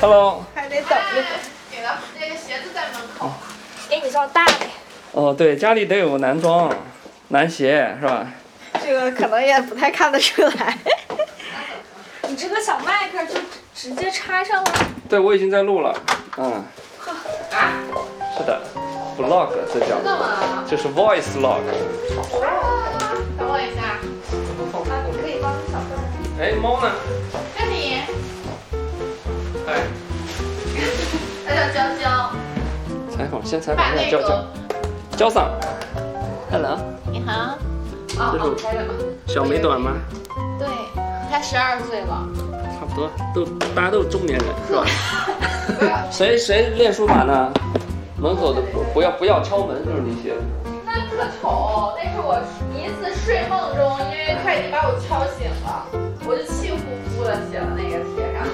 Hello，还得等一会儿。给了那个鞋子在门口。给你双大的，哦对，家里得有男装、男鞋是吧？这个可能也不太看得出来。你这个小麦克就直接插上了。对，我已经在录了。嗯，啊？是的，vlog 这叫，这么？就是 voice log。等我一下。啊，你可以帮小哥。哎，猫呢？这里，哎，那叫娇娇。采访先采把访一下那娇娇个。。娇桑，Hello，你好。哦，哦，开着吧。小美短吗？对，他十二岁了。差不多，都大家都是中年人是吧？ 不要，谁谁练书法呢？门口的不不要不要敲门，就是你写的。那特丑。那是我一次睡梦中，因为快递把我敲醒了，我就气呼呼的写了那个贴 上。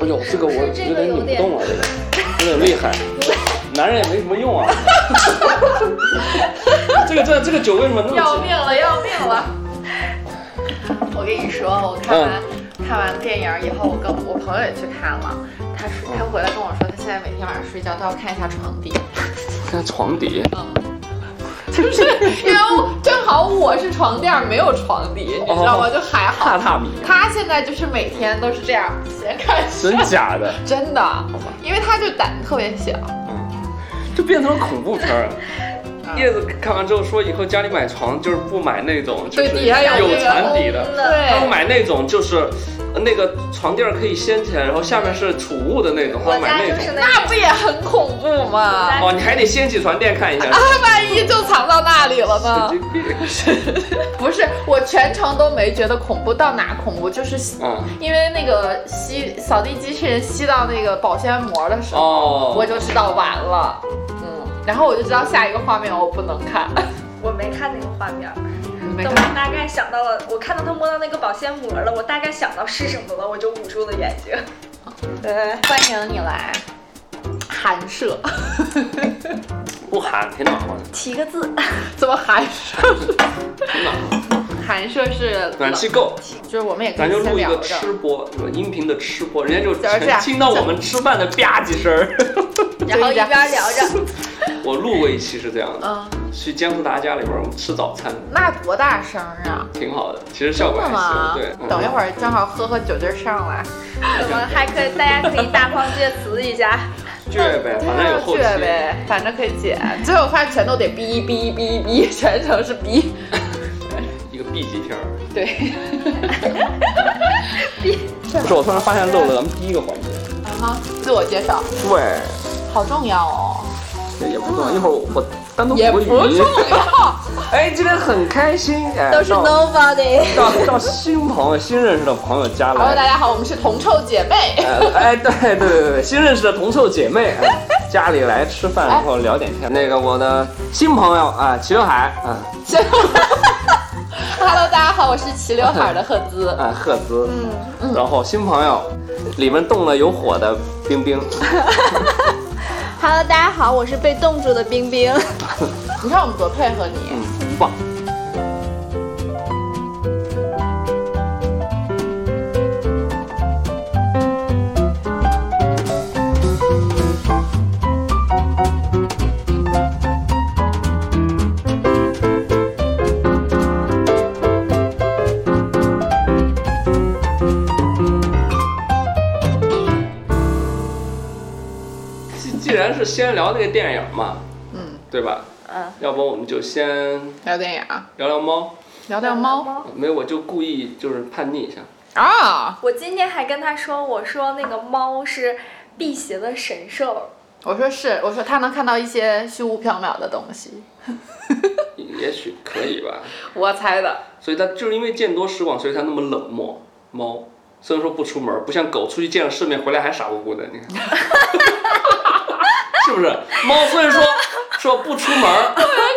哎呦，这个我有点拧不动了，这个有点厉 害。男人也没什么用 啊。 这个这这个酒为什么那么要咸？命了，要命了！ 我跟你说，我看完、嗯看完电影以后，我跟我朋友也去看了，他说他回来跟我说，他现在每天晚上睡觉都要看一下床底，看床底， 就是因为我正好我是床垫儿，没有床底，你知道吗？就还好。榻榻米，他现在就是每天都是这样先看真假的？真的，因为他就胆特别小， 嗯，啊这变成了恐怖片儿。叶子看完之后说，以后家里买床就是不买那种，就是对底下有有那个蚕底的。他对，买那种就是呃那个床垫儿可以掀起来，然后下面是储物的那种，他我家买那就是种。那那不也很恐怖吗？哦，你还得掀起床垫看 一下。啊，万一就藏到那里了呢？神经病。不是，我全程都没觉得恐怖，到哪恐怖就是吸 嗯，因为那个吸扫地机器人吸到那个保鲜膜的时候，哦，我就知道完了，嗯，然后我就知道下一个画面我不能看， 我没看那个画面，没但我看，大概想到了，我看到他摸到那个保鲜膜了，我大概想到是什么了，我就捂住了眼睛。 对，欢迎你来。寒舍，不喊，挺暖和的，七个字，怎么寒舍？挺暖和。寒舍是暖气够，就是我们也可咱以就先录一聊个着。吃播，是吧音频的吃播，人家就就是这样听到我们吃饭的吧唧声儿。 然后一边聊着，我录过一期是这样的，嗯，去江苏达家里边儿我们吃早餐，那多大声啊！挺好的，其实效真果的还吗？行。啊对，嗯等一会儿。儿正好喝喝酒劲儿上来。我们还可以，大家可以大放厥词一下。倔呗，反正有后期。倔呗，反正可以剪。最后发现全都得逼逼逼逼，全程是逼。一个 B 级片儿。对，不是，我突然发现漏了咱们第一个环节。然后自我介绍对。好重要哦，也不重要，一会儿我单独也补不个重语音。要， 哎，今天很开心，哎，都是到 nobody，到到新朋友、新认识的朋友家 Hello，大来。家好，我们是铜臭姐妹。哎 哎，对对对对，新认识的同臭姐妹，哎家里来吃饭，然后聊点天。那个我的新朋友啊，齐刘海，啊 Hello，大家好，我是齐刘海的赫兹。啊赫兹，然后新朋友，里面动了有火的冰冰， Hello，大家好，我是被冻住的冰冰。 你看我们多配合你，嗯，棒。既既然是先聊那个电影嘛，嗯，对吧？嗯，要不我们就先聊电影，啊聊聊猫。聊聊猫没有，我就故意就是叛逆一下。啊。我今天还跟他说，我说那个猫是辟邪的神兽，我说是，我说他能看到一些虚无缥缈的东西，也许可以吧。我猜的。 所以它就是因为见多识广，所以它那么冷漠。猫虽然说不出门，不像狗出去见了世面回来还傻乎乎的，你看， 是不是？猫虽然说说不出门，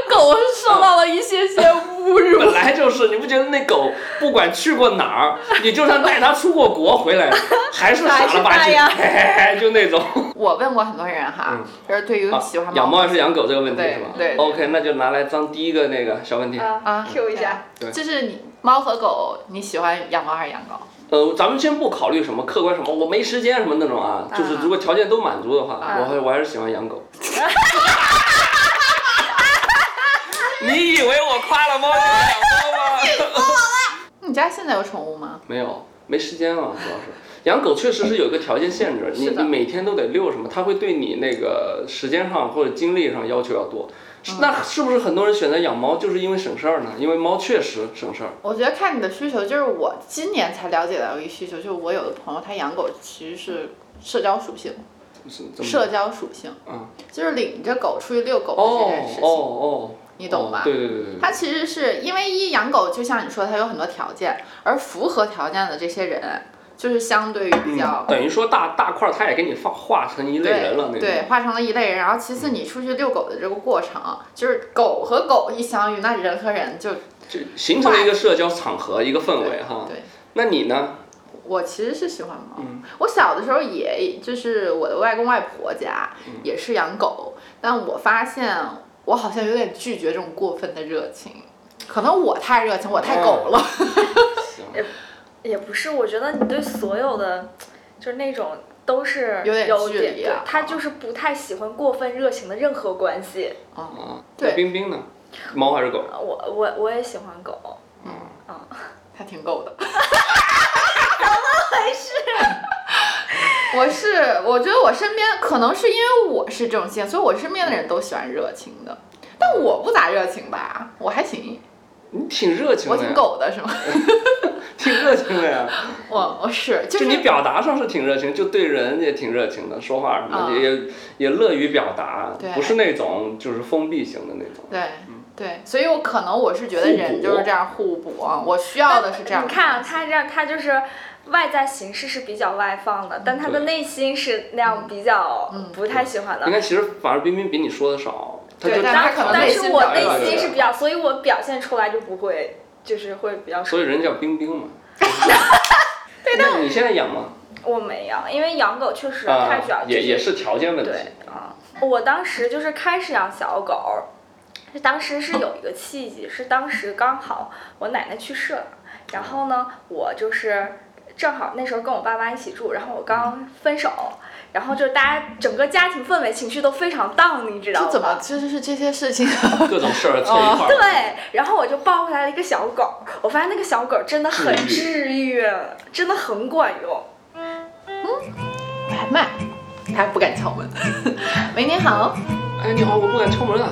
狗受到了一些些侮辱。本来就就是，你不觉得那狗不管去过哪儿，你就算带它出过国回来，还是傻了吧唧，嘿嘿嘿，就那种。 我问过很多人哈嗯，就是对于啊喜欢养猫还是养狗这个问题对是吧？对对 OK，那就拿来当第一个那个小问题。啊啊， ，Q 一下，对就是你猫和狗，你喜欢养猫还是养狗？呃，咱们先不考虑什么客观什么，我没时间什么那种嗯啊，就是如果条件都满足的话，啊我还我还是喜欢养狗。 你以为我夸了猫就是养猫吗？你家现在有宠物吗？没有，没时间了，主要是养狗确实是有一个条件限制，你是的你每天都得遛什么，它会对你那个时间上或者精力上要求要多。嗯是那是不是很多人选择养猫就是因为省事儿呢？因为猫确实省事儿。我觉得看你的需求，就是我今年才了解到一个需求，就是我有的朋友他养狗其实是社交属性，是怎么？社交属性，嗯，就是领着狗出去遛狗的这哦件事情，哦哦，你懂吧？哦对对对对对。它其实是因为一养狗，就像你说，它有很多条件，而符合条件的这些人，就是相对于比较、嗯等于说大大块儿，他也给你画画成一类人了那对种。对，化成了一类人。然后其次，你出去遛狗的这个过程，就是狗和狗一相遇，那人和人就就形成了一个社交场合，一个氛围哈。对。那你呢？我其实是喜欢猫，嗯我小的时候也就是我的外公外婆家也是养狗，但我发现我好像有点拒绝这种过分的热情，可能我太热情，我太狗了。行也不是，我觉得你对所有的，就是那种都是有点有距点离啊对他就是不太喜欢过分热情的任何关系。 呃啊。对那冰冰呢？猫还是狗？我我我也喜欢 狗，他挺够的。怎么回事？我是，我觉得我身边可能是因为我是这种性，所以我身边的人都喜欢热情的，但我不咋热情吧，我还行，你挺热情我的挺呀，狗的是吗？ 挺热情的呀。我我是， 就就是你表达上是挺热情，就对人也挺热情的，说话什么啊的也也乐于表达对，不是那种就是封闭型的那种。对对，所以我可能我是觉得人就是这样互补啊，我需要的是这样。你看啊，他这样，他就是外在形式是比较外放的，但他的嗯对嗯内心是那样比较不太喜欢的应。该其实反而冰冰比你说的少，她对就但然后他可能但内是心我表内达心的是比较，所以我表现出来就不会，就是会比较。所以人叫冰冰 嘛。对，那你现在养吗？我没有，因为养狗确实太啊主要，，也也是是条件问题。对啊。我当时就是开始养小狗，是当时是有一个契机，是当时刚好我奶奶去世了，然后呢，我就是正好那时候跟我爸妈一起住，然后我嗯刚分手，然后就是大家整个家庭氛围情绪都非常 down，你知道吗？就怎么就是这些事情，啊各种 事儿凑一块儿。对，然后我就抱回来了一个小狗，我发现那个小狗真的很治治愈，真的很管用。外卖，他不敢敲门。喂，你好，哎，你好，我不敢敲门啊。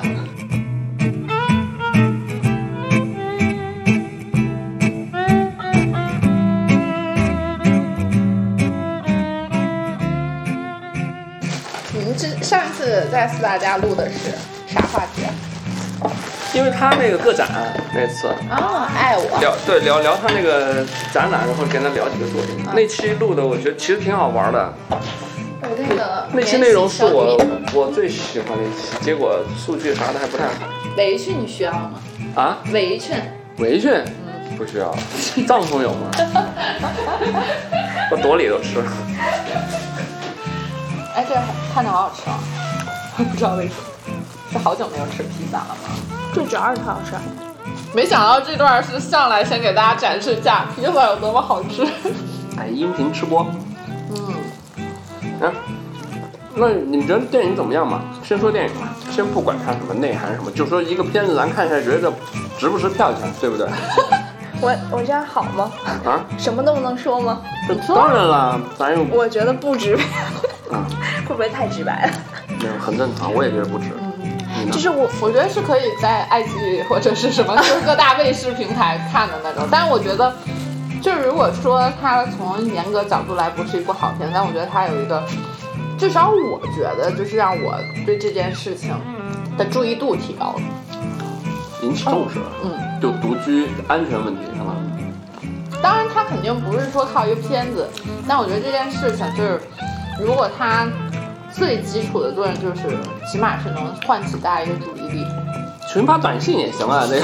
你们这上一次在四大家录的是啥话题啊？因为他那个个展啊那次哦，爱我。聊对聊聊他那个展览，然后跟他聊几个作嗯品。那期录的我觉得其实挺好玩的，哦我那个那期内容是我我最喜欢的一期，结果数据啥的还不太好围裙，你需要吗？啊。围裙，围裙嗯不需要，帐篷有吗？我躲里头吃。哎，这汉堡好好吃啊！ 我不知道为什么，是好久没有吃披萨了吗？最主要是它好吃。没想到这段是上来先给大家展示一下披萨有多么好吃。哎，音频吃播。嗯，啊，那你们觉得电影怎么样嘛？先说电影吧，先不管它什么内涵什么，就说一个片子咱看下来觉得值不值票钱，对不对？我我这样好吗？啊，什么都不能说吗？这当然了，咱又我觉得不直白，嗯啊， 会不会太直白了？没有很正常，我也觉得不值。你呢？就是我我觉得是可以在爱奇艺或者是什么各大卫视平台看的那种，但是我觉得。就如果说它从严格角度来不是一部好片，但我觉得它有一个，至少我觉得就是让我对这件事情的注意度提高了。引起重视了，嗯，就独居安全问题是吧？当然，他肯定不是说靠一个片子，但我觉得这件事情就是，如果它最基础的作用就是，起码是能唤起大家一个注意力，群发短信也行啊，那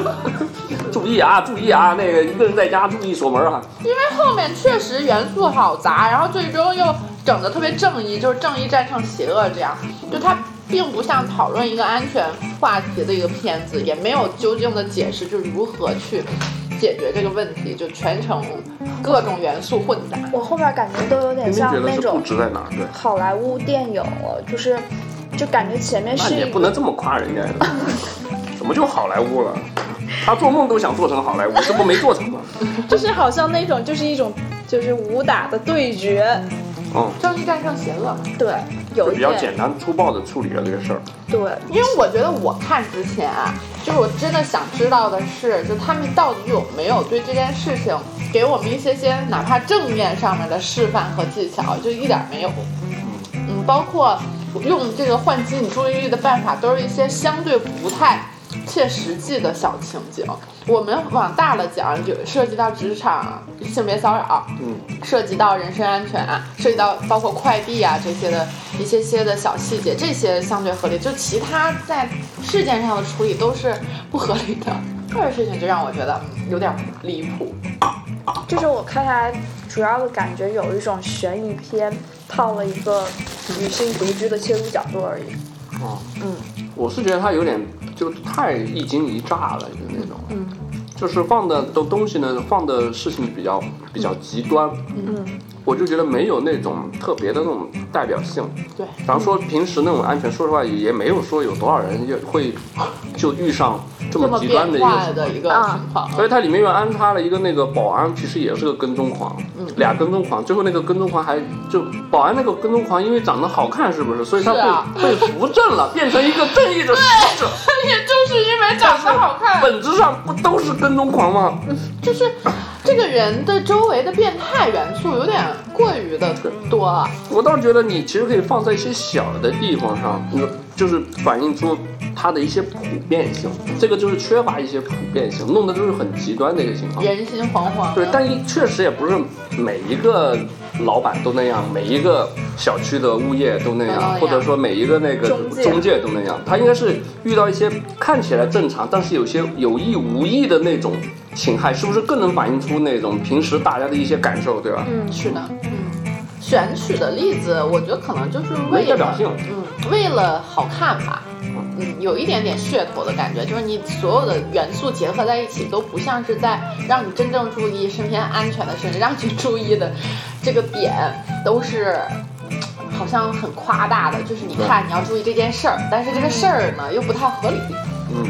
个 注意啊，注意啊，那个一个人在家注意锁门啊。后面确实元素好杂，然后最终又整的特别正义，就是正义战胜邪恶这样，就它并不像讨论一个安全话题的一个片子，也没有究竟的解释，就是如何去解决这个问题，就全程各种元素混杂。我后面感觉都有点明明觉像得那是不种值在哪儿，对，好莱坞电影了，就是就感觉前面那是你也一不个能这么夸人家 呀，怎么就好莱坞了？他做梦都想做成好莱坞，这不没做成吗？就是好像那种就是一种就是武打的对决，嗯，正义战胜邪恶嘛，对，就有一比较点简单粗暴的处理了这个事儿。对，因为我觉得我看之前啊，就是我真的想知道的是，就他们到底有没有对这件事情给我们一些些哪怕正面上面的示范和技巧，就一点儿没有。嗯，包括用这个唤起你注意力的办法，都是一些相对不太切实际的小情景。我们往大了讲，就涉及到职场性别骚扰，嗯，涉及到人身安全啊，涉及到包括快递啊这些的一些些的小细节，这些相对合理。就其他在事件上的处理都是不合理的，这个事情就让我觉得嗯有点离谱。就是我看下来主要的感觉有一种悬疑片套了一个女性独居的切入角度而已。哦，嗯，我是觉得他有点就太一惊一乍了，就那种，嗯，就是放的都东西呢，放的事情比较比较极端，嗯，我就觉得没有那种特别的那种代表性。对，然后说平时那种安全，说实话也没有说有多少人也会就遇上这这么么极端的变一个化情的况。啊一个情况，所以它里面又安插了一个那个保安，其实也是个跟踪狂，嗯俩跟踪狂，最后那个跟踪狂还就保安那个跟踪狂，因为长得好看是不是？所以他被、是啊被扶正 了，变成一个正义的使者。也就是因为哎长得好看，本质上不都是跟踪狂吗？就是这个人的周围的变态元素有点过于的多啊了。我倒觉得你其实可以放在一些小的地方上，嗯就是反映出它的一些普遍性。这个就是缺乏一些普遍性，弄的就是很极端的一个情况。人心惶啊惶。对，但一确实也不是每一个老板都那样，每一个小区的物业都那都那样，样或者说每一个那个中介中介都那样。他应该是遇到一些看起来正常，但是有些有意无意的那种侵害，是不是更能反映出那种平时大家的一些感受，对吧？是的，嗯，选取的例子，我觉得可能就是没为代表了，性。嗯，为了好看吧。嗯，有一点点噱头的感觉，就是你所有的元素结合在一起，都不像是在让你真正注意身边安全的事情，让你注意的这个点都是嗯好像很夸大的，就是你看你要注意这件事儿，但是这个事儿呢又不太合理。嗯，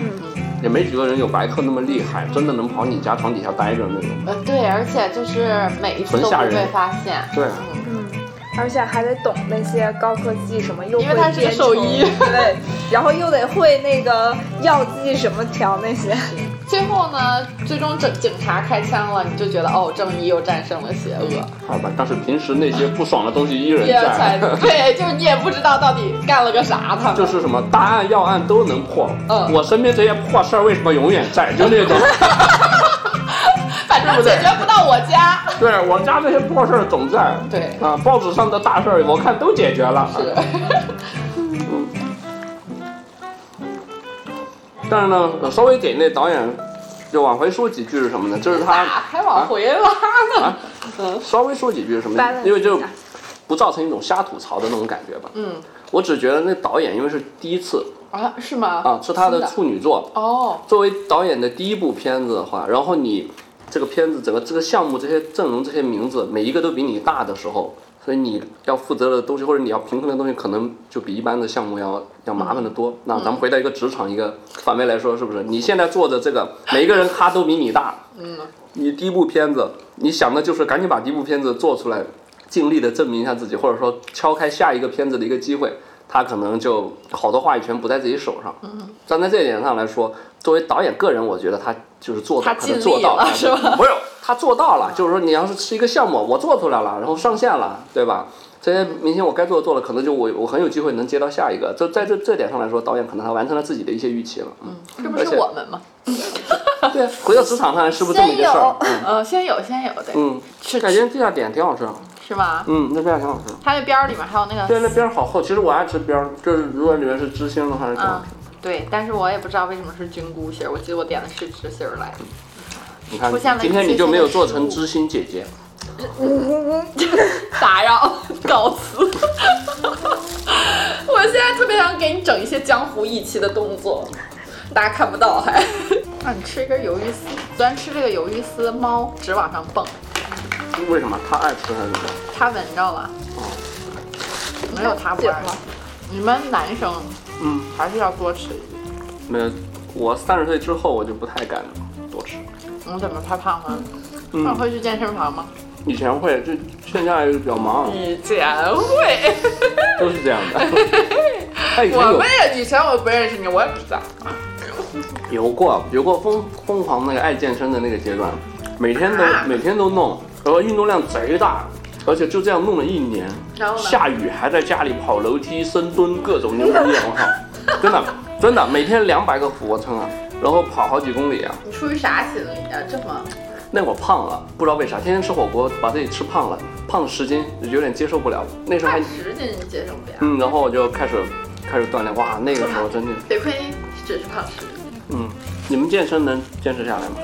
也没几个人有白客那么厉害，真的能跑你家床底下待着那种。呃，对，而且就是每一次纯都不吓人被发现，对啊，嗯嗯，而且还得懂那些高科技什么，又因为他会是个编兽程，医。对，然后又得会那个药剂什么调那些，最后呢，最终警警察开枪了，你就觉得哦，正义又战胜了邪恶，好吧，但是平时那些不爽的东西依然第二才 在。对，就是你也不知道到底干了个啥，他 就们。是什么大案要案都能破，嗯我身边这些破事儿为什么永远在？就那种，反正解决不到我 家。对我家这些破事儿总在。对，啊，报纸上的大事儿我看都解决了。是， 啊但是呢，我稍微给那导演就往回说几句是什么呢？就是他 咋啊还往回拉呢？嗯稍微说几句是什么掰了， 因为就一下不造成一种瞎吐槽的那种感觉吧。嗯我只觉得那导演因为是第一次啊，是吗？啊，是他的新处女作，哦，作为导演的第一部片子的话，然后你这个片子整个这个项目、这些阵容、这些名字，每一个都比你大的时候，所以你要负责的东西或者你要平衡的东西，可能就比一般的项目要要麻烦的多。那咱们回到一个职场一个反面来说，是不是？你现在做的这个，每一个人他都比你大，嗯，你第一部片子，你想的就是赶紧把第一部片子做出来，尽力的证明一下自己，或者说敲开下一个片子的一个机会。他可能就好多话语权不在自己手上。嗯，站在这一点上来说，作为导演个人，我觉得他就是做到，他可能尽做力到了是吧？ 不是，他做到了，就是说你要是是一个项目，我做出来了，然后上线了，对吧？这些明星我该做的做了，可能就我我很有机会能接到下一个。就在这这点上来说，导演可能他完成了自己的一些预期了。嗯，这不而且是我们吗？对，回到职场上来是不是这么一个事儿？嗯呃，先有先有的，嗯，是感觉这家点挺好吃啊的。是吗？嗯，那边挺好吃。它那边儿里面还有那个对，那边儿好厚，其实我爱吃边儿，就是如果里面是芝心的话，还是挺好吃。嗯对，但是我也不知道为什么是菌菇心儿，我记得我点的是芝心儿来的。你看出现，了今天你就没有做成知心姐姐，打扰， 告辞。 我现在特别想给你整一些江湖义气的动作，大家看不到还。啊，你吃一根鱿鱼丝，昨天吃这个鱿鱼丝，猫直往上蹦，为什么？她爱吃还是什么？它闻着了。没有它不爱吃。你们男生嗯，还是要多吃一点。没有。我三十岁之后我就不太敢多吃，你怎么太胖了？那嗯你，会去健身房吗？以前会，就现在就比较忙，以前会，都是这样的。她以前 我有们也以前我不认识你，我也不知道。有过有过疯疯狂那个爱健身的那个阶段，每天都啊每天都弄，然后运动量贼大，而且就这样弄了一年，然后呢？下雨还在家里跑楼梯、深蹲，各种牛逼，我 靠，真的真的，每天两百个俯卧撑啊，然后跑好几公里啊。你出于啥心理啊？这么那会儿胖了，不知道为啥，天天吃火锅，把自己吃胖了，胖了十斤，有点接受不了。那时候还二十斤你接受不了，嗯，然后我就开始开始锻炼，哇，那个时候真的，得亏只是胖十斤。嗯，你们健身能坚持下来吗？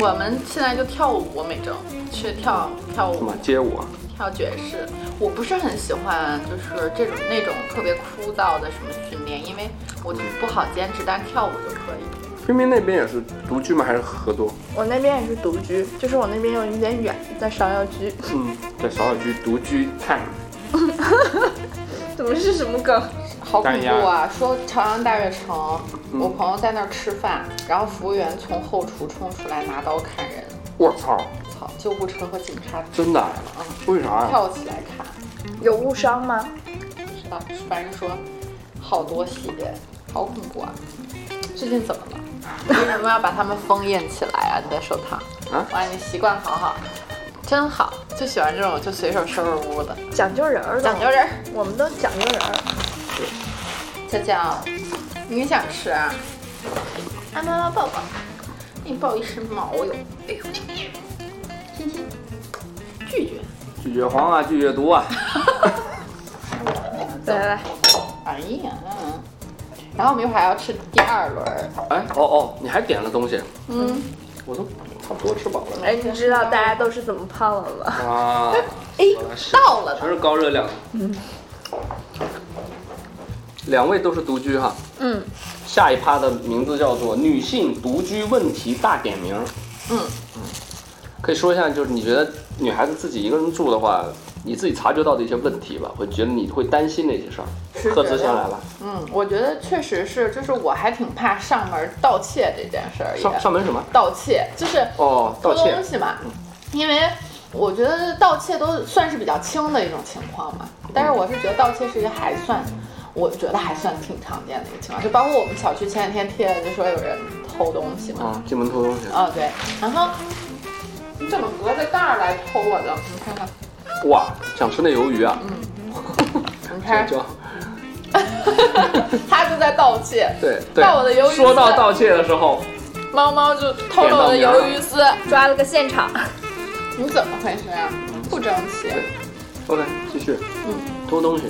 我们现在就跳舞，每周去跳跳什舞么，街舞啊？跳爵士。我不是很喜欢，就是这种那种特别枯燥的什么训练，因为我就不好坚持，但跳舞就可以。冰冰那边也是独居吗？还是合租？我那边也是独居，就是我那边有一点远，在芍药居。嗯，在小小居独居看， 怎么是什么梗？好恐但怖啊！呀说朝阳大悦城，我朋友在那儿吃饭，然后服务员从后厨冲出来拿刀砍人，我操，操！救护车和警察真的啊？为啥呀、跳起来砍。有误伤吗？知道，反正说好多血，好恐怖啊！最近怎么 了？为什么要把它们封印起来啊？你的手套啊哇，你习惯好好，真好，就喜欢这种就随手收拾屋的，讲究人儿的，讲究人儿。我们都讲究人儿。佳佳，哦你想吃啊？爱妈妈抱抱。你抱一身毛哟，哎呦，亲亲，拒绝。拒绝黄啊，拒绝毒啊！来来来，哎呀，然后我们一会儿还要吃第二轮儿，哎，哦哦，你还点了东西，嗯，我都差不多吃饱了哎，你知道大家都是怎么胖了吗？啊。哎我来，试到了全是高热量。两位都是独居哈。嗯。下一趴的名字叫做“女性独居问题大点名”。嗯可以说一下，就是你觉得女孩子自己一个人住的话，你自己察觉到的一些问题吧？会觉得你会担心哪些事是儿？赫兹觉先得来吧。嗯，我觉得确实是，就是我还挺怕上门盗窃这件事儿，也上上门什么？盗窃就是哦，偷道歉东。西嘛，因为我觉得盗窃都算是比较轻的一种情况嘛，但是我是觉得盗窃是一个还算，我觉得还算挺常见的一个情况，就包括我们小区前两天贴的，就说有人偷东西嘛，啊，进门偷东西。啊对，然后你怎么隔着盖儿来偷我的？你看看，哇，想吃那鱿鱼啊？你这看，就 他就在盗窃，对对。到我的鱿鱼说到丝盗窃的时候，猫猫就偷了我的鱿鱼丝， 抓了个现场，你怎么回事啊？不争气。 OK，继续。嗯，偷东西。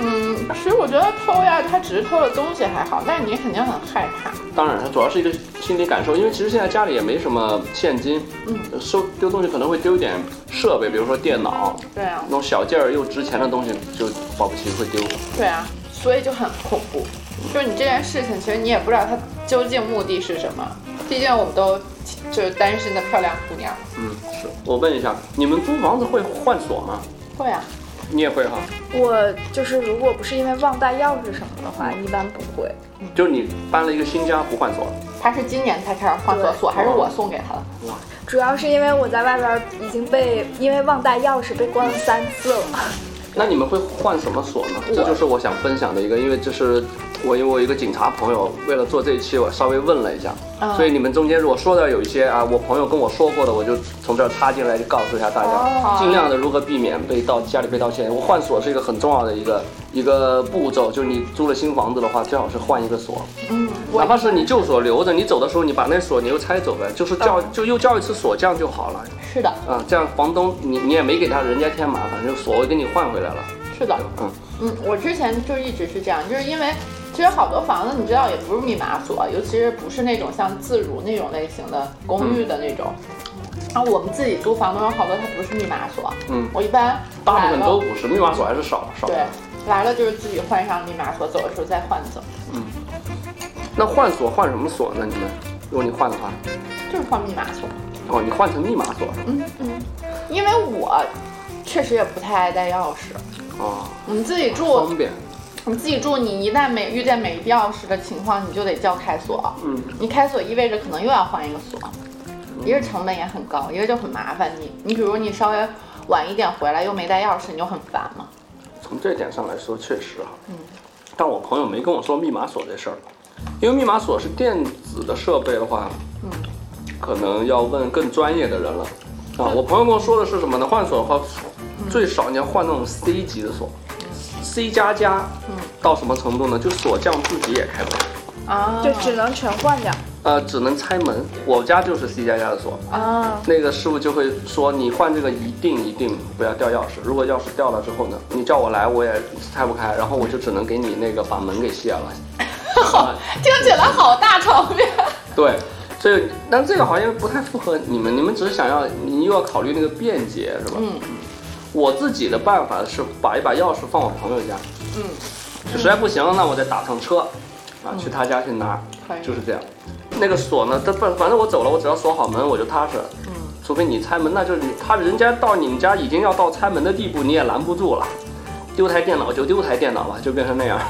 嗯，其实我觉得偷呀，他只是偷了东西还好，但是你肯定很害怕。当然，它主要是一个心理感受，因为其实现在家里也没什么现金，嗯，收丢东西可能会丢一点设备，比如说电脑对啊那，种小件儿又值钱的东西，就保不齐会丢。对啊，所以就很恐怖。就是你这件事情，其实你也不知道它究竟目的是什么。毕竟我们都就是单身的漂亮姑娘。嗯，是我问一下，你们租房子会换锁吗？会啊，你也会哈？我就是如果不是因为忘带钥匙什么的嗯话，一般不会。就是你搬了一个新家不换锁，她是今年才开始换锁，对锁还是我送给她的。主要是因为我在外边儿已经被因为忘带钥匙被关了三次了。嗯那你们会换什么锁呢？这就是我想分享的一个，因为这是我因为我有一个警察朋友，为了做这一期，我稍微问了一下，嗯所以你们中间如果说到有一些啊，我朋友跟我说过的，我就从这儿插进来，就告诉一下大家，哦尽量的如何避免被盗家里被盗窃。我换锁是一个很重要的一个一个步骤，就是你租了新房子的话，最好是换一个锁，嗯，哪怕我是你旧锁留着，你走的时候你把那锁你又拆走嗯呗，就是交、就又交一次锁，这样就好了。是的，啊，这样房东你你也没给他人家添麻烦，就锁我给你换回来了。是的。嗯，嗯，我之前就一直是这样，就是因为其实好多房子你知道也不是密码锁，尤其是不是那种像自如那种类型的公寓的那种。然后我们自己租房的时候，好多它不是密码锁。嗯我一般大来部分了都不是，密码锁还是少少。对，来了就是自己换上密码锁，走的时候再换走，那换锁换什么锁呢？你们，如果你换的话，就是换密码锁。哦，你换成密码锁是吧？因为我确实也不太爱带钥匙，哦，我们自己住方，便。你自己住，你一旦没遇见没钥匙的情况，你就得叫开锁。嗯，你开锁意味着可能又要换一个锁，一个是成本也很高，一个就很麻烦你。你比如你稍微晚一点回来又没带钥匙，你就很烦嘛。从这点上来说，确实哈。嗯。但我朋友没跟我说密码锁这事儿，因为密码锁是电子的设备的话，嗯，可能要问更专业的人了。啊，我朋友跟我说的是什么呢？换锁的话，最少你要换那种 C 级的锁，C 加加，嗯，到什么程度呢？就锁匠自己也开不了。啊，就 只能全换掉。呃，只能拆门。我家就是 C 加加的锁，啊，那个师傅就会说，你换这个一定一定不要掉钥匙，如果钥匙掉了之后呢，你叫我来我也拆不开，然后我就只能给你那个把门给卸了。啊听起来好大场面。对，这但这个好像不太符合你们，你们只是想要你又要考虑那个便捷是吧？嗯，我自己的办法是把一把钥匙放我朋友家，嗯，实在不行那我再打趟车，啊，去他家去拿。可以就是这样。那个锁呢，它反反正我走了，我只要锁好门，我就踏实。嗯，除非你拆门，那就是你他人家到你们家已经要到拆门的地步，你也拦不住了。丢台电脑就丢台电脑吧，就变成那样。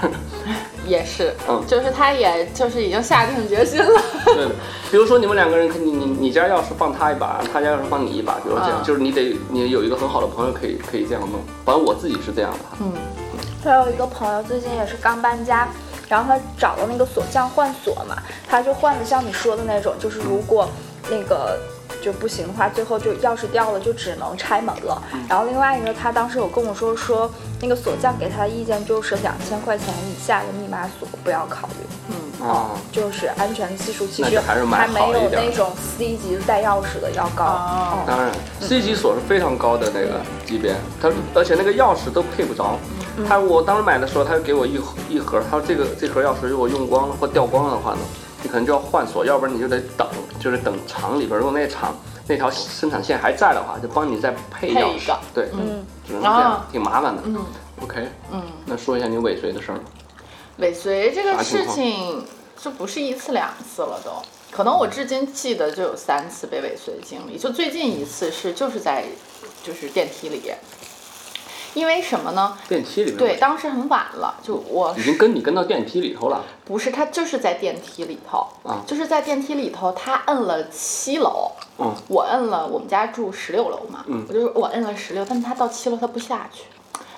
也是，嗯就是他也就是已经下定决心了。对， 比如说你们两个人，你你你家钥匙放他一把，他家钥匙放你一把，比如说这样，啊就是你得你有一个很好的朋友可以可以这样弄。反正我自己是这样的，他有一个朋友最近也是刚搬家，然后他找到那个锁匠换锁嘛，他就换的像你说的那种，就是如果那个就不行的话，最后就钥匙掉了，就只能拆门了。然后另外一个，他当时有跟我说说，那个锁匠给他的意见就是两千块钱以下的密码锁不要考虑。啊，就是安全系数其那实就还是买没好一有点那种 C 级带钥匙的要高。哦当然，C 级锁是非常高的那个级别，它而且那个钥匙都配不着。嗯他我当时买的时候，他就给我一盒一盒，他说这个这盒钥匙如果用光了或掉光了的话呢，你可能就要换锁，要不然你就得等，就是等厂里边儿如果那厂那条生产线还在的话，就帮你再配配钥一匙个。对，嗯只能是这样啊，挺麻烦的。嗯 OK，嗯。那说一下你尾随的事儿吧。尾随这个啥情事况情，这不是一次两次了都，可能我至今记得就有三次被尾随的经历，就最近一次是就是在就是电梯里，因为什么呢？电梯里面对，当时很晚了，就我已经跟你跟到电梯里头了不是他就是在电梯里头，啊。就是在电梯里头，他摁了七楼，嗯我摁了，我们家住十六楼嘛，嗯我就是我摁了十六，但是他到七楼他不下去，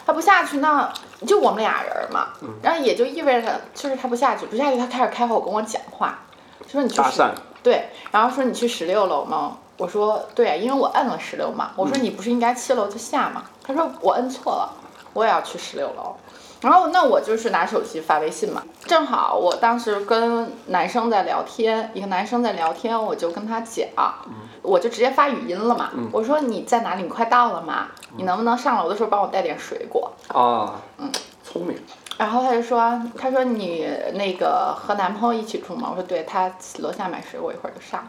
他不下去，那就我们俩人儿嘛，嗯然后也就意味着就是他不下去，不下去他开始开口跟我讲话，就嗯说你去搭十讪对，然后说你去十六楼吗？我说对啊，因为我摁了十六嘛，我说你不是应该七楼就下吗？他说我摁错了，我也要去十六楼。然后那我就是拿手机发微信嘛，正好我当时跟男生在聊天，一个男生在聊天，我就跟他讲，我就直接发语音了嘛，我说你在哪里？你快到了吗？你能不能上楼的时候帮我带点水果？啊，聪明，然后他就说，他说你那个和男朋友一起住吗？我说对，他楼下买水果，一会儿就上。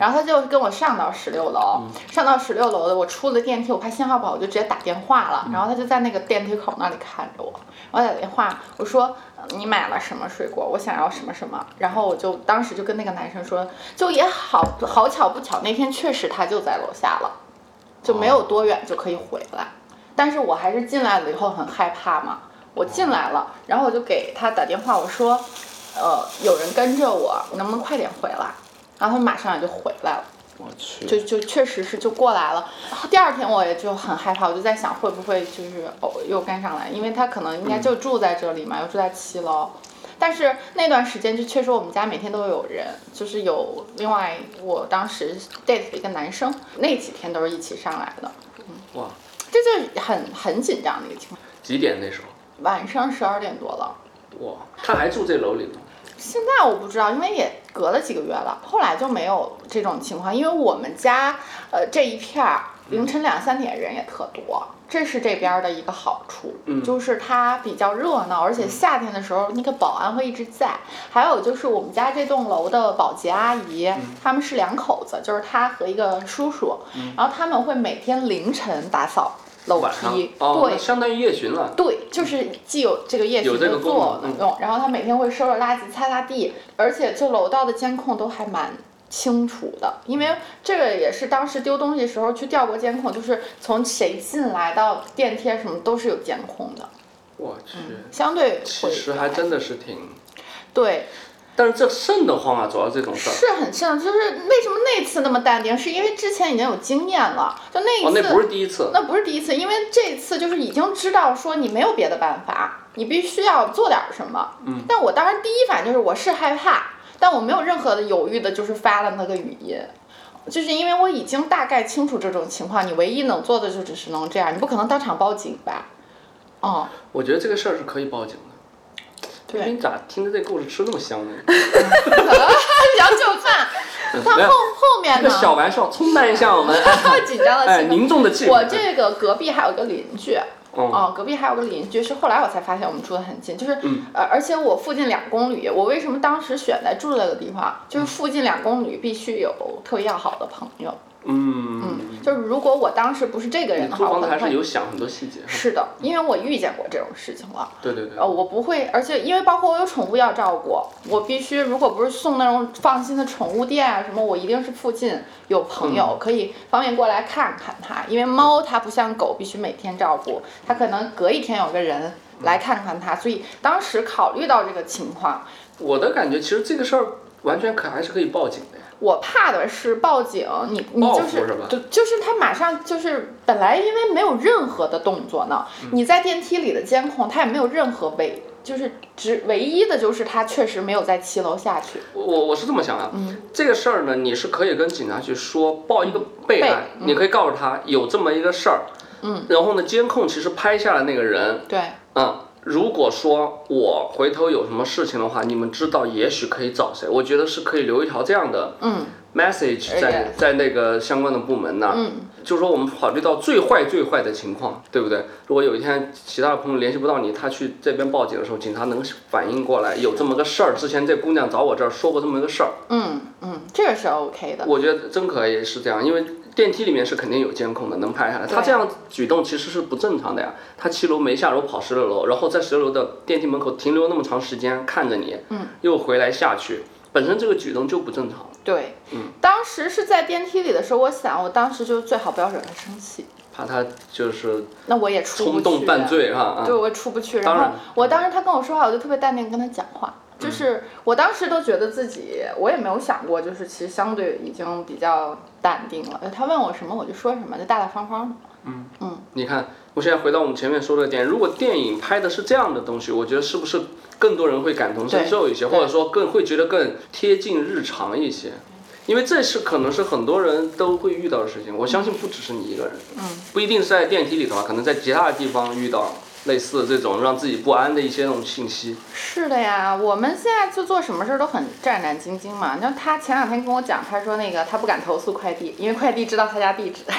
然后他就跟我上到十六楼，上到十六楼的，我出了电梯，我怕信号不好，我就直接打电话了。然后他就在那个电梯口那里看着我，我打电话，我说你买了什么水果？我想要什么什么。然后我就当时就跟那个男生说，就也好好巧不巧，那天确实他就在楼下了，就没有多远就可以回来。但是我还是进来了以后很害怕嘛，我进来了，然后我就给他打电话，我说，呃，有人跟着我，能不能快点回来？然后他马上也就回来了。我去，就就确实是就过来了。第二天我也就很害怕，我就在想会不会就是哦又跟上来，因为他可能应该就住在这里嘛，又住在七楼。但是那段时间就确实我们家每天都有人，就是有另外我当时 date 的一个男生，那几天都是一起上来的。嗯，哇，这就很很紧张的一个情况。几点那时候？晚上十二点多了，哇，他还住这楼里吗？现在我不知道，因为也隔了几个月了，后来就没有这种情况，因为我们家呃这一片儿嗯凌晨两三点人也特多，这是这边儿的一个好处，嗯就是它比较热闹，而且夏天的时候那个保安会一直在。还有就是我们家这栋楼的保洁阿姨，嗯他们是两口子，就是她和一个叔叔，然后他们会每天凌晨打扫楼嗯晚上梯，哦，那对。相当于夜巡了。对，就是既有这个夜巡有这个工作功能嗯用，然后他每天会收拾垃圾、擦擦地，而且这楼道的监控都还蛮清楚的，因为这个也是当时丢东西的时候去调过监控，就是从谁进来到电梯啊什么都是有监控的，我去，相对其嗯会实还真的是挺，对，但是这瘆得慌啊，主要这种事儿。是很像，就是为什么那次那么淡定，是因为之前已经有经验了，就那一次、哦，那不是第一次。那不是第一次，因为这次就是已经知道说你没有别的办法，你必须要做点什么。嗯，但我当时第一反应就是我是害怕，但我没有任何的犹豫的，就是发了那个语音。就是因为我已经大概清楚这种情况，你唯一能做的就只是能这样，你不可能当场报警吧？哦、我觉得这个事儿是可以报警的。对你咋听着这故事吃那么香 呢？嗯聊就范。但后后面一个呢？小玩笑，冲淡一下我 们紧呃张的哎气氛。凝重的气氛。我这个隔壁还有个邻居，哦，哦，隔壁还有个邻居，是后来我才发现我们住的很近，就是、嗯呃，而且我附近两公里，我为什么当时选在住这个地方？啊就是附近两公里必须有特别要好的朋友，嗯，就是如果我当时不是这个你人的租话，我房可子还能是会有嗯想很多细节。是的，因为我遇见过这种事情了。对对对呃，。我不会，而且因为包括我有宠物要照顾，我必须如果不是送那种放心的宠物店啊什么，我一定是附近有朋友、可以方便过来看看它。因为猫它不像狗，必须每天照顾，它可能隔一天有个人来看看它，所以当时考虑到这个情况，我的感觉其实这个事儿完全可还是可以报警的呀。我怕的是报警，你你报就复是吧就就是他马上就是本来因为没有任何的动作呢，嗯你在电梯里的监控他也没有任何违，就是只唯一的就是他确实没有在七楼下去，我我我是这么想的，啊嗯这个事儿呢，你是可以跟警察去说，报一个备案，备嗯你可以告诉他有这么一个事儿，嗯，然后呢，监控其实拍下来那个人，对嗯，如果说我回头有什么事情的话，你们知道也许可以找谁，我觉得是可以留一条这样的嗯 message 在在那个相关的部门那儿，嗯，就是说我们考虑到最坏最坏的情况，对不对？如果有一天其他的朋友联系不到你，他去这边报警的时候，警察能反应过来有这么个事儿，之前这姑娘找我这儿说过这么个事儿，嗯嗯，这个是 OK 的，我觉得真可以是这样，因为电梯里面是肯定有监控的，能拍下来。他对这样举动其实是不正常的呀。他七楼没下楼跑十六楼，然后在十六楼的电梯门口停留那么长时间看着你，嗯，又回来下去，本身这个举动就不正常，对，嗯当时是在电梯里的时候，我想我当时就最好不要惹他生气，怕他就是那我也出不冲动去犯罪哈啊对，。我出不去。当然后然嗯我当时他跟我说话，我就特别淡定跟他讲话，就是我当时都觉得自己，我也没有想过，就是其实相对已经比较淡定了。他问我什么我就说什么，就大大方方的。你看，我现在回到我们前面说的点，如果电影拍的是这样的东西，我觉得是不是更多人会感同身受一些，对对或者说更会觉得更贴近日常一些？因为这是可能是很多人都会遇到的事情，我相信不只是你一个人，嗯，不一定是在电梯里头啊，可能在其他的地方遇到类似的这种让自己不安的一些那种信息，是的呀，我们现在就做什么事儿都很战战兢兢嘛。你知道他前两天跟我讲，他说那个他不敢投诉快递，因为快递知道他家地址。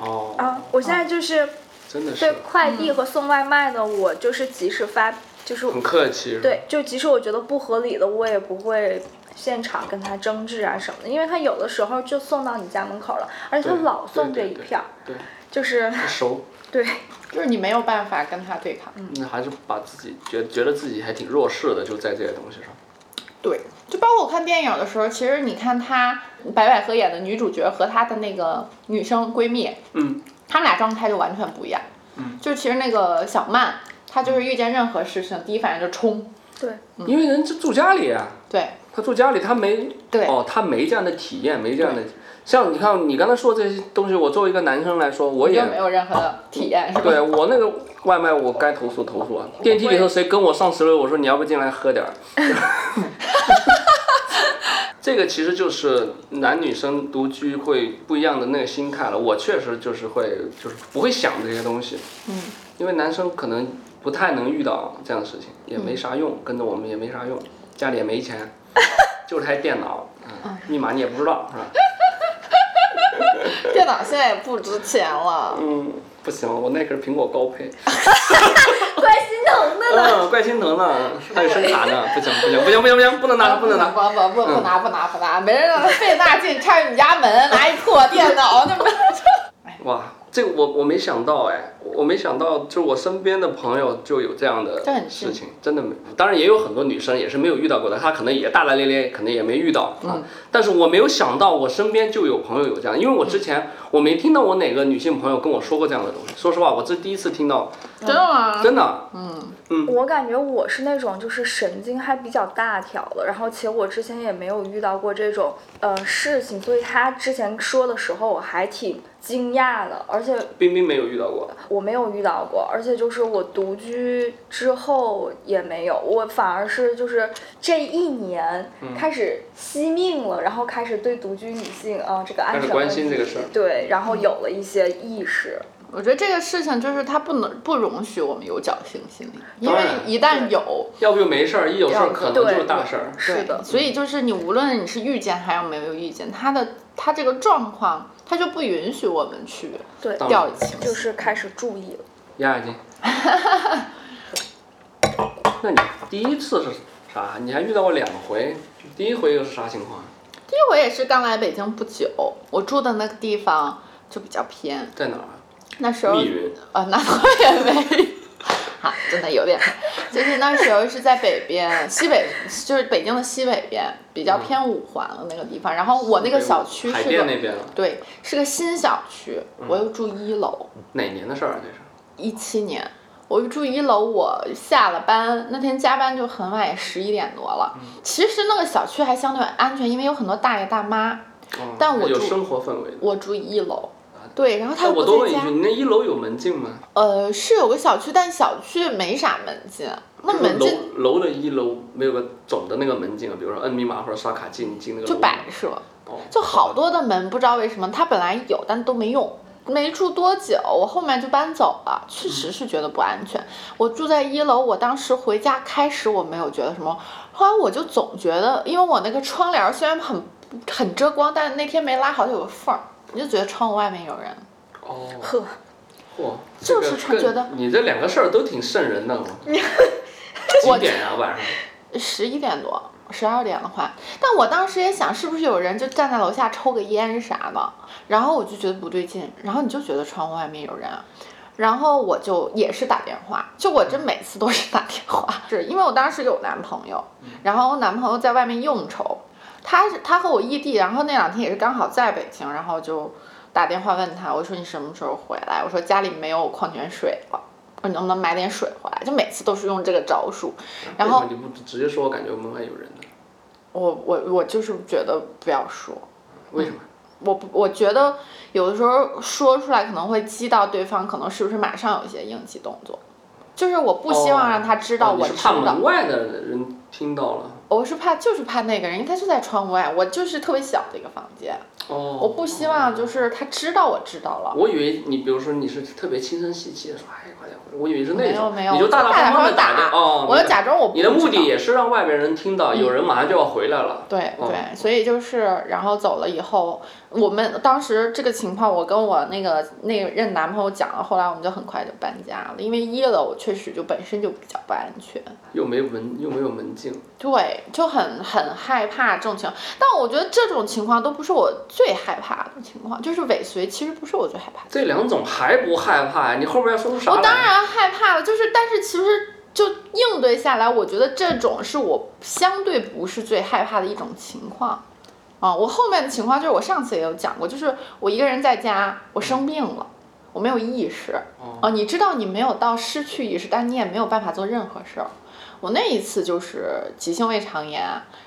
哦，啊，我现在就是嗯真的对是快递和送外卖的，我就是即使发，就是很客气，，对，就即使我觉得不合理的，我也不会现场跟他争执啊什么的，因为他有的时候就送到你家门口了，而且他对老送这对一对对片儿，对，就是不熟，对就是你没有办法跟他对抗。那还是把自己觉觉得自己还挺弱势的，就在这些东西上，对，就包括我看电影的时候，其实你看她白百合演的女主角和她的那个女生闺蜜，嗯，她们俩状态就完全不一样。嗯，就其实那个小曼，她就是遇见任何事情，第一反应就冲。因为人家住家里啊。对他住家里，他没对哦，他没这样的体验，没这样的。像你看，你刚才说这些东西，我作为一个男生来说，我你也哦就没有任何的体验，是吧？对我那个外卖，我该投诉投诉啊。电梯里头谁跟我上十楼，我说你要不进来喝点儿。 这个其实就是男女生独居会不一样的那个心态了。我确实就是会，就是不会想这些东西。嗯，因为男生可能不太能遇到这样的事情，也没啥用，跟着我们也没啥用，家里也没钱，就是台电脑，嗯，密码你也不知道，是吧？电脑现在也不值钱了。嗯，不行，我那可是苹果高配，怪心疼的。嗯，怪心疼了，还有声卡呢，不行不行不行不行不行，不能拿不能拿，嗯不不不不拿不拿不拿，没人让他费那劲拆你家门，拿一破电脑，那不哇，这个我我没想到哎，我没想到，就我身边的朋友就有这样的这很事情，真的没，当然也有很多女生也是没有遇到过的，她可能也大大咧咧，可能也没遇到啊，但是我没有想到我身边就有朋友有这样，因为我之前我没听到我哪个女性朋友跟我说过这样的东西，说实话，我这第一次听到， 真的吗？真的，我感觉我是那种就是神经还比较大条的，然后且我之前也没有遇到过这种呃事情，所以他之前说的时候我还挺惊讶的，而且冰冰没有遇到过，我没有遇到过，而且就是我独居之后也没有，我反而是就是这一年嗯开始惜命了，然后开始对独居女性啊、呃这个安开始全关问心这题个事儿对，然后有了一些意识。我觉得这个事情就是他不能不容许我们有侥幸心理，因当为然一旦有，要不就没事儿，一有事儿要可能啊对就是大事儿。是的对，所以就是你无论你是遇见还是没有遇见，他的他这个状况，他就不允许我们去对，当掉以轻就心。是开始注意了。压压 惊。那你第一次是啥？你还遇到过两回，第一回又是啥情况？第一回也是刚来北京不久，我住的那个地方就比较偏，在哪儿啊？那时候密云呃， 那倒也没。啊，真的有点，就是那时候是在北边，西北就是北京的西北边，比较偏五环的那个地方。然后我那个小区海是淀那嗯个，边了，对，是个新小区，我又住一楼，哪年的事儿啊？这是一七年，我住一楼，我下了班那天加班就很晚，也十一点多了。嗯其实那个小区还相对安全，因为有很多大爷大妈。哦但我有住生活氛围的。我住一楼，对，然后他又啊哎我多不问在一家。句，你那一楼有门禁吗？呃，是有个小区，但小区没啥门禁。那门就禁是楼楼的一楼没有个总的那个门禁啊，比如说摁密码或者刷卡进进那个楼就里摆设，哦就好多的门不知道为什么它本来有，但都没用。没住多久，我后面就搬走了，确实是觉得不安全。我住在一楼，我当时回家开始我没有觉得什么，后来我就总觉得，因为我那个窗帘虽然很很遮光，但那天没拉好，它有个缝儿，你就觉得窗户外面有人。哦，呵，嚯，就这是个他觉得更你这两个事儿都挺瘆人的。哦 我几点啊？晚上？十一点多，十二点的话，但我当时也想，是不是有人就站在楼下抽个烟啥的，然后我就觉得不对劲，然后你就觉得窗户外面有人，啊然后我就也是打电话，就我这每次都是打电话，是因为我当时有男朋友，然后我男朋友在外面应酬，他是他和我异地，然后那两天也是刚好在北京，然后就打电话问他，我说你什么时候回来？我说家里没有矿泉水了。我说你能不能买点水回来？就每次都是用这个招数，然后为什么你不直接说，我感觉门外有人呢？我我我就是觉得不要说，为什么？我不我觉得有的时候说出来可能会激到对方，可能是不是马上有一些应急动作，就是我不希望哦让他知道哦你我是知怕道，门外的人听到了。我是怕就是怕那个人，因为他就在窗户外，我就是特别小的一个房间，哦，我不希望就是他知道我知道了。我以为你，比如说你是特别轻声细气的说，哎，快点回来，我以为是那没有种，没有，你我就大大方方的电地打，哦，我你就假装我不你的目知道嗯的也是让外边人听到，有人马上就要回来了。对哦对，所以就是，然后走了以后，我们当时这个情况，我跟我那个那个任男朋友讲了，后来我们就很快就搬家了，因为一楼确实就本身就比较不安全，又没门，又没有门禁，对，就很很害怕这种情况。但我觉得这种情况都不是我最害怕的情况，就是尾随，其实不是我最害怕的。这两种还不害怕呀？你后边要说出啥来？我当然害怕了，就是但是其实就应对下来，我觉得这种是我相对不是最害怕的一种情况。啊，我后面的情况就是我上次也有讲过，就是我一个人在家，我生病了，我没有意识。嗯哦，啊，你知道你没有到失去意识，但你也没有办法做任何事儿。我那一次就是急性胃肠炎，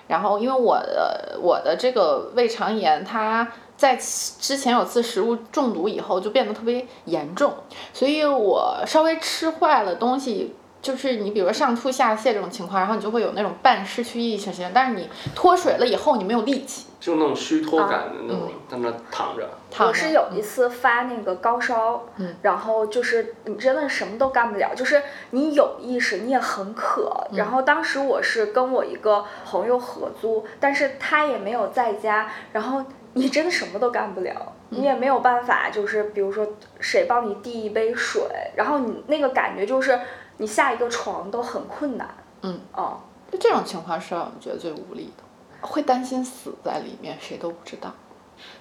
然后因为我的我的这个胃肠炎，它在之前有次食物中毒以后就变得特别严重，所以我稍微吃坏了东西。就是你比如说上吐下泻这种情况，然后你就会有那种半失去意识型，但是你脱水了以后你没有力气，就那种虚脱感的那种，在那躺着，啊嗯躺我着是有一次发那个高烧，嗯然后就是你真的什么都干不了，就是你有意识，你也很渴。嗯然后当时我是跟我一个朋友合租，但是他也没有在家，然后你真的什么都干不了，嗯你也没有办法，就是比如说谁帮你递一杯水，然后你那个感觉就是你下一个床都很困难。嗯，哦，就这种情况是让我们觉得最无力的，会担心死在里面，谁都不知道。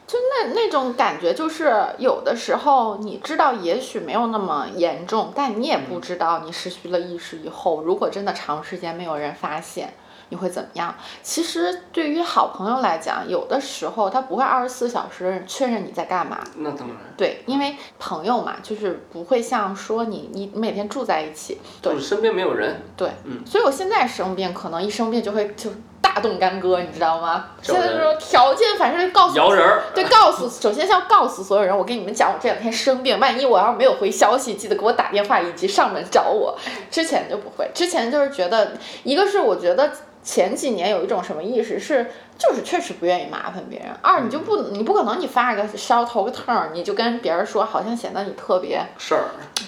就那那种感觉，就是有的时候你知道也许没有那么严重，但你也不知道你失去了意识以后，如果真的长时间没有人发现，你会怎么样？其实对于好朋友来讲，有的时候他不会二十四小时确认你在干嘛，那当然，对，因为朋友嘛，就是不会像说你你每天住在一起，对就是身边没有人，对，嗯所以我现在生病，可能一生病就会就大动干戈，你知道吗？找现在人这种条件反射就告诉摇人儿，对，告诉 首先是要告诉所有人，我跟你们讲，我这两天生病，万一我要没有回消息，记得给我打电话以及上门找我。之前就不会，之前就是觉得，一个是我觉得前几年有一种什么意识是，就是确实不愿意麻烦别人；二你就不你不可能你发个烧头个痛儿，你就跟别人说，好像显得你特别事儿，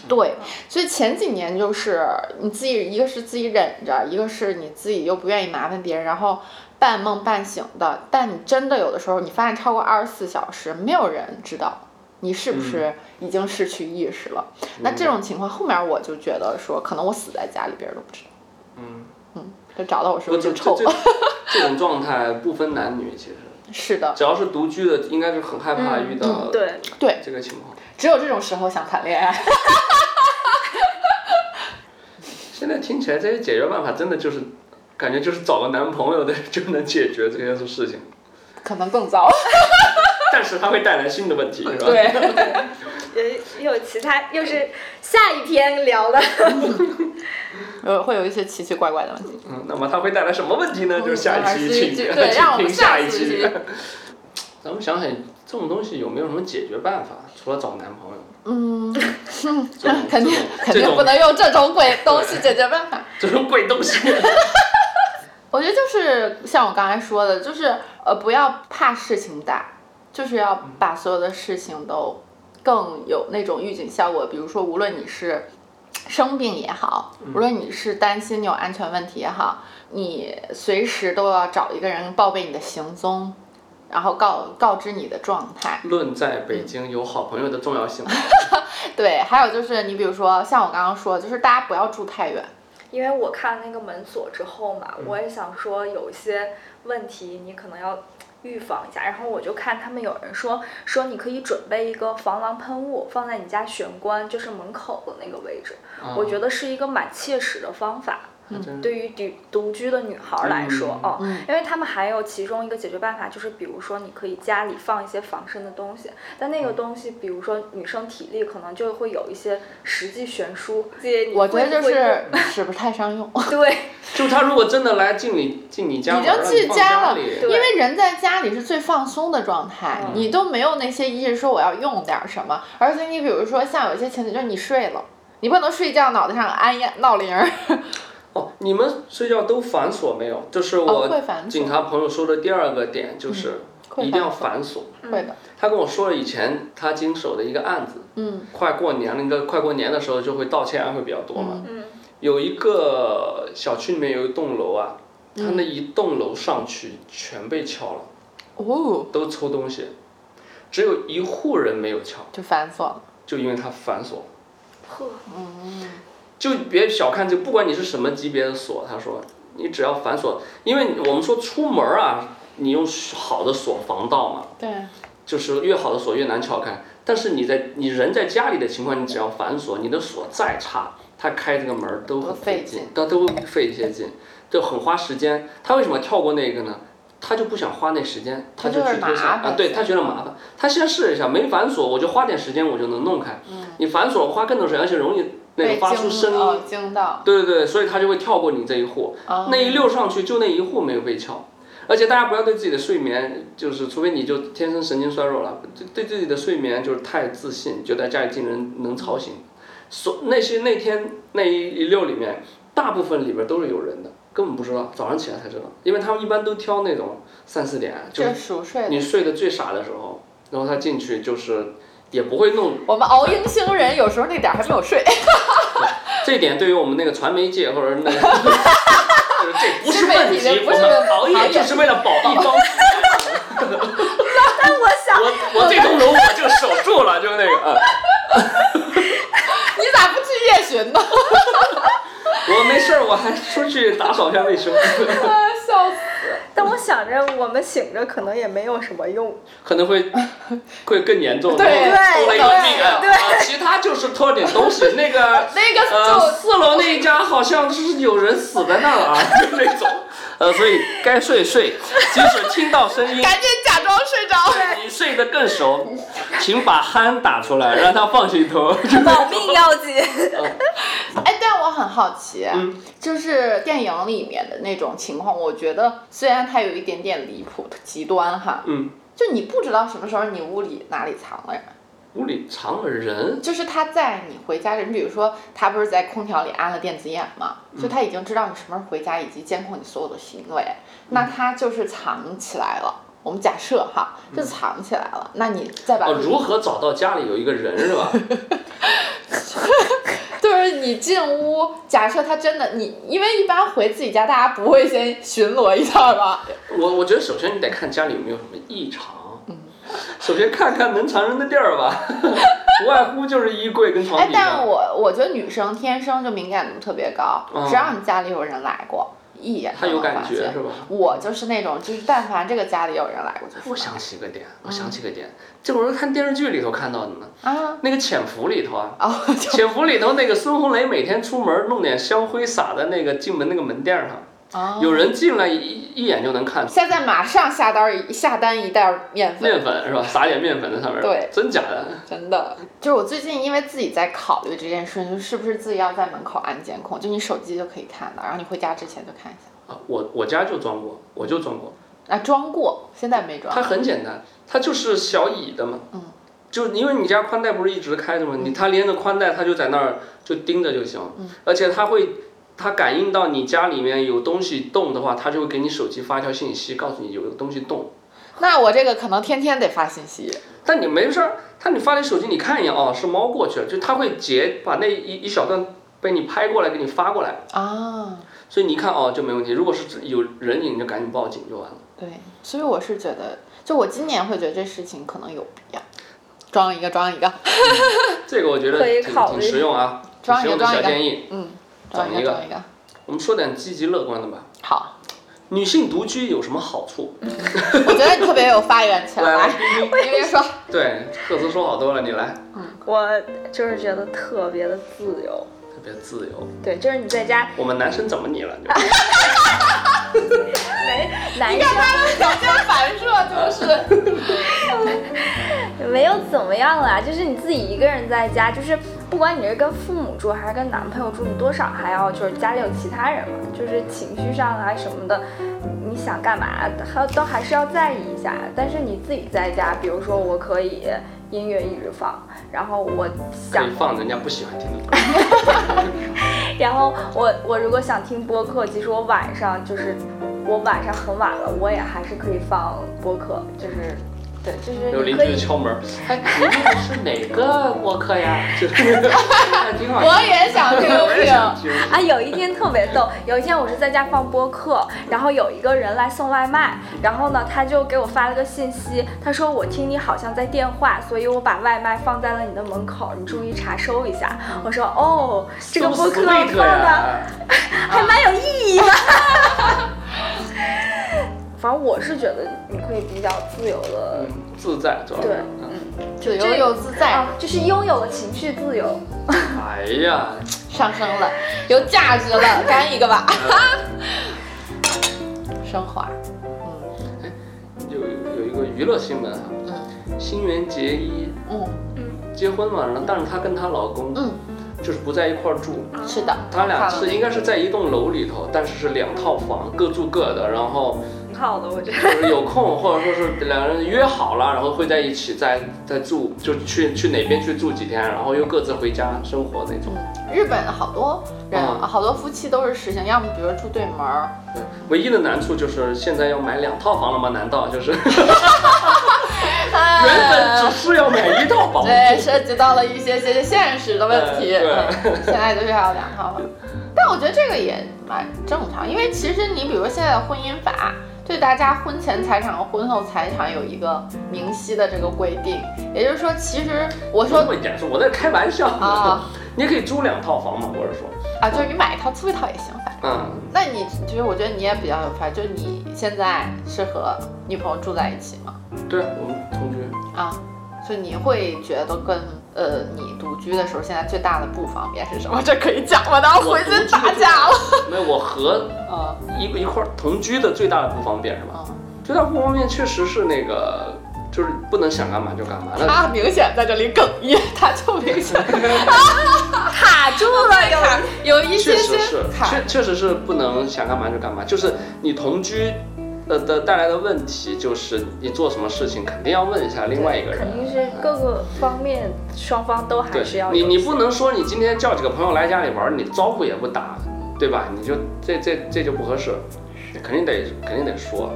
对，嗯所以前几年就是你自己，一个是自己忍着，一个是你自己又不愿意麻烦别人，然后半梦半醒的。但你真的有的时候，你发现超过二十四小时，没有人知道你是不是嗯已经失去意识了。那这种情况，后面我就觉得说，可能我死在家里，别人都不知道。嗯，嗯，就找到我时不候这就这臭这这种状态不分男女，其实是的，只要是独居的，应该是很害怕嗯遇到对， 这个情况。只有这种时候想谈恋爱。现在听起来，这些解决办法真的就是，感觉就是找个男朋友的就能解决这些事情，可能更糟，但是它会带来新的问题，是吧？，对， 也也有其他，又是下一篇聊的。呃，会有一些奇奇怪怪的问题。嗯，那么它会带来什么问题呢？嗯就是下一期，请对 请让我们听下一下次期 去。咱们想想，这种东西有没有什么解决办法？除了找男朋友， 嗯，这种肯定肯这定种不能用这种鬼东西解决办法。这种鬼东西， 我觉得就是像我刚才说的，就是呃，不要怕事情大，就是要把所有的事情都更有那种预警效果。比如说，无论你是生病也好，无论你是担心你有安全问题也好，你随时都要找一个人报备你的行踪，然后告告知你的状态。论在北京有好朋友的重要嗯性。对，还有就是你比如说像我刚刚说，就是大家不要住太远。因为我看那个门锁之后嘛，嗯我也想说有一些问题你可能要预防一下，然后我就看他们有人说说你可以准备一个防狼喷雾放在你家玄关，就是门口的那个位置，哦我觉得是一个蛮切实的方法。得对于独独居的女孩儿来说嗯，哦、嗯因为他们还有其中一个解决办法，就是比如说你可以家里放一些防身的东西，但那个嗯东西，比如说女生体力可能就会有一些实际悬殊，我觉得会就不会是 是不是太商用， 对。就他如果真的来进你进你家你门儿就了，去放家了，里因为人在家里是最放松的状态，嗯你都没有那些意识说我要用点儿什么，而且你比如说像有一些情侣，就是你睡了，你不能睡觉脑袋上安一闹铃儿，哦，你们睡觉都反锁没有？这是哦嗯会我反锁警察朋友说的第二个点，就是会一定要反锁反锁。会的，他跟我说了以前他经手的一个案子，嗯，快过年了，应该快过年的时候就会盗窃案会比较多嘛。嗯有一个小区里面有一栋楼啊，嗯他那一栋楼上去全被敲了，哦，都抽东西，只有一户人没有敲，就反锁了，就因为他反锁。呵，就别小看这，不管你是什么级别的锁，他说你只要反锁，因为我们说出门啊，你用好的锁防盗嘛，对，就是越好的锁越难撬开。但是你在你人在家里的情况，你只要反锁，你的锁再差，他开这个门儿都很费劲，他都会费一些劲，就很花时间。他为什么跳过那个呢？他就不想花那时间，他就就是去推麻想烦啊，对他觉得麻烦，他先试一下，没反锁，我就花点时间，我就能弄开。你反锁花更多时间，而且容易那个嗯被发出惊声音，哦惊到，对对对，所以他就会跳过你这一户，哦那一溜上去就那一户没有被撬。而且大家不要对自己的睡眠，就是除非你就天生神经衰弱了，对对自己的睡眠就是太自信，觉得家里进人能吵醒。所那些那天那一一溜里面，大部分里边都是有人的，根本不知道，早上起来才知道，因为他们一般都挑那种三四点，就这熟睡你的。睡得最傻的时候，然后他进去就是也不会弄我们熬鹰星人有时候那点儿还没 有睡， 这一点对于我们那个传媒界或者那个，就是这不是问新媒体题，的我不是们熬行夜业就是为了保一 方。但我想，我我这栋楼我就守住了，就是那个，啊你咋不去夜 巡呢？我没事儿，我还出去打扫一下卫生。 笑死！ 但我想着我们醒着可能也没有什么 用，可能会会更严重，对然后偷了一个对命案啊！其他就是偷了点东西，那个那个就、呃四楼那一家好像是有人死在那儿了啊，就那种。呃，所以该睡睡，即使听到声 音，赶紧假装睡着。 你睡得更熟，请把鼾打出来，让他放心 头。保命要紧。哎，但我很好奇，嗯就是电影里面的那种情况，我觉得虽然它有一点点离谱极端哈，嗯，就你不知道什么时候你屋里哪里藏了人，屋里藏了人，就是他在你回家，你比如说他不是在空调里安了电子眼嘛，嗯就他已经知道你什么时候回家以及监控你所有的行为，嗯那他就是藏起来了。我们假设哈，就藏起来了，那你再把嗯哦，如何找到家里有一个人是吧？就是你进屋，假设他真的你，因为一般回自己家，大家不会先巡逻一下吧？我我觉得首先你得看家里有没有什么异常，首先看看能藏人的地儿 吧，无外乎就是衣柜跟床哎底，下但。我我觉得女生天生就敏感度特别高，嗯只要你家里有人来过，一眼他就有能感发觉现是。吧？我就是那种，就是但凡这个家里有人来过，就是我来想起个嗯点，我想起个点，这我是看电视剧里头看到的呢，啊那个《潜伏》里头啊，哦， 《就潜伏》里头那个孙红雷每天出门弄点香灰撒在那个进门那个门垫儿上，啊有人进来一一眼就能看现在马上下单儿一下单一袋儿面粉，面粉是 吧？撒点面粉在上面，对真假的？真的。就是我最近因为自己在考虑这件事，情，就是不是自己要在门口安监控，就你手机就可以看到，然后你回家之前就看一下。啊，我我家就装过，我就装过，啊，装过，现在没装它。很简单，它就是小椅的嘛，嗯，就因为你家宽带不是一直开着吗？你它连着宽带，它就在那儿就盯着就行，嗯而且它会。它感应到你家里面有东西动的话，它就会给你手机发一条信息，告诉你有东西动。那我这个可能天天得发信息。但你没事儿，它你发你手机，你看一眼哦，是猫过去了，就它会截把那一一小段被你拍过来给你发过来。啊，所以你一看哦，就没问题。如果是有人影，你就赶紧报警就完了。对，所以我是觉得，就我今年会觉得这事情可能有必要，装一个装一个，这个我觉得可以挺考虑挺实用啊，挺装一实个用的小装一个建议。嗯，整装一个一个装一个，我们说点积极乐观的吧。好，女性独居有什么好处？我觉得你特别有发言权，来， 来，冰冰冰冰说，对，赫兹说好多了，你来， 我就是觉得特别的自由，特别自由。对，就是你在家我们男生怎么你了？没男生条件反射就是，没有怎么样啦，就是你自己一个人在家，就是不管你是跟父母住还是跟男朋友住，你多少还要就是家里有其他人嘛，就是情绪上啊什么的，你想干嘛还都还是要在意一下。但是你自己在家，比如说我可以音乐一直放，然后我可想以放人家不喜欢听的歌。然后我我如果想听播客，其实我晚上就是我晚上很晚了，我也还是可以放播客，就是对，有就是你邻可居以敲门，哎，你用的是哪个播客呀？ 就是，还挺好听。我也想听我也想听，听。啊，有一天特别逗，有一天我是在家放播客，然后有一个人来送外卖，然后呢，他就给我发了个信息，他说我听你好像在电话，所以我把外卖放在了你的门口，你注意查收一下。嗯我说哦，这个播客放 Sweet 的呀还蛮有意义的。 反正我是觉得你可以比较自由的嗯，自在主要是。对嗯自由又自在啊，，就是拥有了情绪自由。哎呀，上升了，有价值了，干一个吧，升华，嗯有有一个娱乐新闻啊，新垣结衣嗯结婚嘛，然后但是她跟她老公嗯，就是不在一块儿住，是的，他俩看了是应该是在一栋楼里头，但是是两套房，各住各的，然后 好的，我觉得。 就是有空，或者说是两个人约好了，然后会在一起再再住，就去去哪边去住几天，然后又各自回家生活那种。日本好多人、嗯好多夫妻都是实行，要么比如住对门儿，对，唯一的难处就是现在要买两套房了吗？难道就是原本只是要买一套房？对，涉及到了一些些现实的问题。哎对嗯现在就是要两套房，但我觉得这个也蛮正常，因为其实你比如现在的婚姻法。对大家婚前财产和婚后财产有一个明晰的这个规定，也就是说，其实我 说这么严肃，我在开玩笑啊。你也可以租两套房嘛，或者说，啊，就是你买一套租一套也行，反正。嗯，那你其实我觉得你也比较有法，就是你现在是和女朋友住在一起吗？对，我们同居。啊，所以你会觉得跟呃你独居的时候，现在最大的不方便是什么？这可以讲吗？然后回去打架了。没有，我和嗯一个一块儿同居的最大的不方便是吧？嗯，最大不方便确实是那个，就是不能想干嘛就干嘛。那他明显在这里哽咽，他就明显卡住 了有卡 有一确些实些是，卡。确确实是不能想干嘛就干嘛。就是你同居，呃的带来的问题就是你做什么事情肯定要问一下另外一个人肯。定是各个方面双方都还对是要，你有你一些不能说你今天叫几个朋友来家里玩儿，你招呼也不打，对吧？你就这这这就不合适，肯定得肯定得说。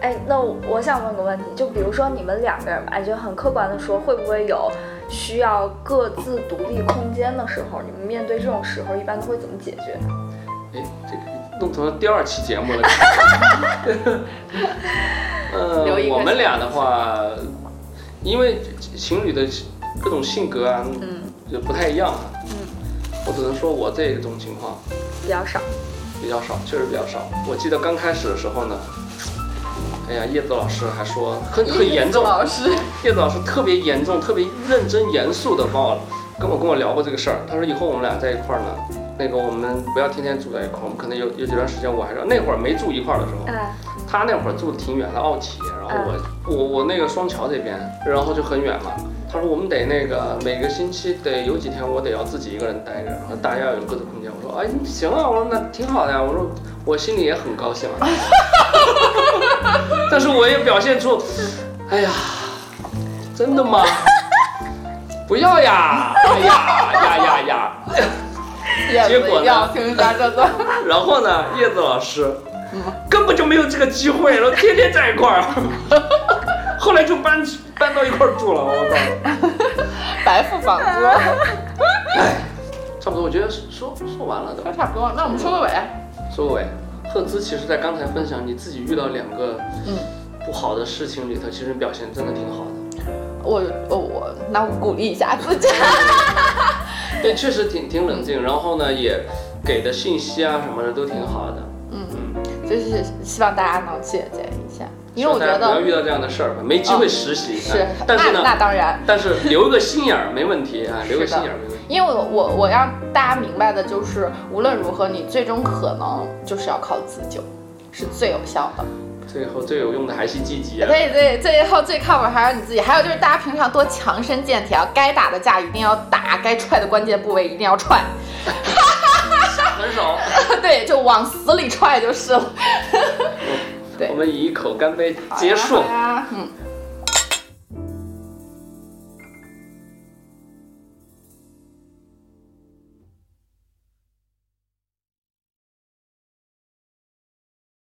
哎，那我想问个问题，就比如说你们两个人吧，哎就很客观的说，会不会有需要各自独立空间的时候？你们面对这种时候，一般都会怎么解决？哎，这个弄成了第二期节目 了。呃留一，个我们俩的话，因为情侣的各种性格啊，嗯，也不太一样啊。我只能说我这种情况比较少，比较少，确实比较少。我记得刚开始的时候呢，哎呀，叶子老师还说很很严重，老师，叶子老师特别严重、特别认真、严肃的帮我跟我跟我聊过这个事儿。他说以后我们俩在一块儿呢，那个我们不要天天住在一块儿，我们可能有有几段时间我还是那会儿没住一块儿的时候，哎，他那会儿住的挺远的奥体，然后我、我我那个双桥这边，然后就很远嘛。他说我们得那个每个星期得有几天我得要自己一个人待着，然后大家要有各自空间。我说哎行啊，我说那挺好的呀，我说我心里也很高兴啊， 但是我也表现出，哎呀，真的吗？不要呀，哎呀呀呀呀！也结果呢不要听他这段。 然后呢，叶子老师嗯根本就没有这个机会，然后天天在一块儿， 后来就搬搬到一块儿住了。我操， 白付房租， 哎差不多，我觉得说说完了都说差不多了。那我们收个尾。收个尾。赫兹其实，在刚才分享你自己遇到两个嗯不好的事情里头，其实表现真的挺好的。我我我，那我鼓励一下自己。 对，确实挺挺冷静，然后呢，也给的信息啊什么的都挺好的。就是希望大家能借鉴一下，因为我觉希望大家不要得哦遇到这样的事儿吧，没机会实习。是啊，但是那呢，那当然，但是留个心眼儿没问题啊，留个心眼儿没问题。因为我我我让大家明白的就是，无论如何，你最终可能就是要靠自救，是最有效的。最后最有用的还是积极啊！对对，最后最靠谱还是你自己。还有就是大家平常多强身健体啊，该打的架一定要打，该踹的关键部位一定要踹， 分手，对，就往死里踹就是了。对我们以一口干杯结束好。呀，好呀嗯，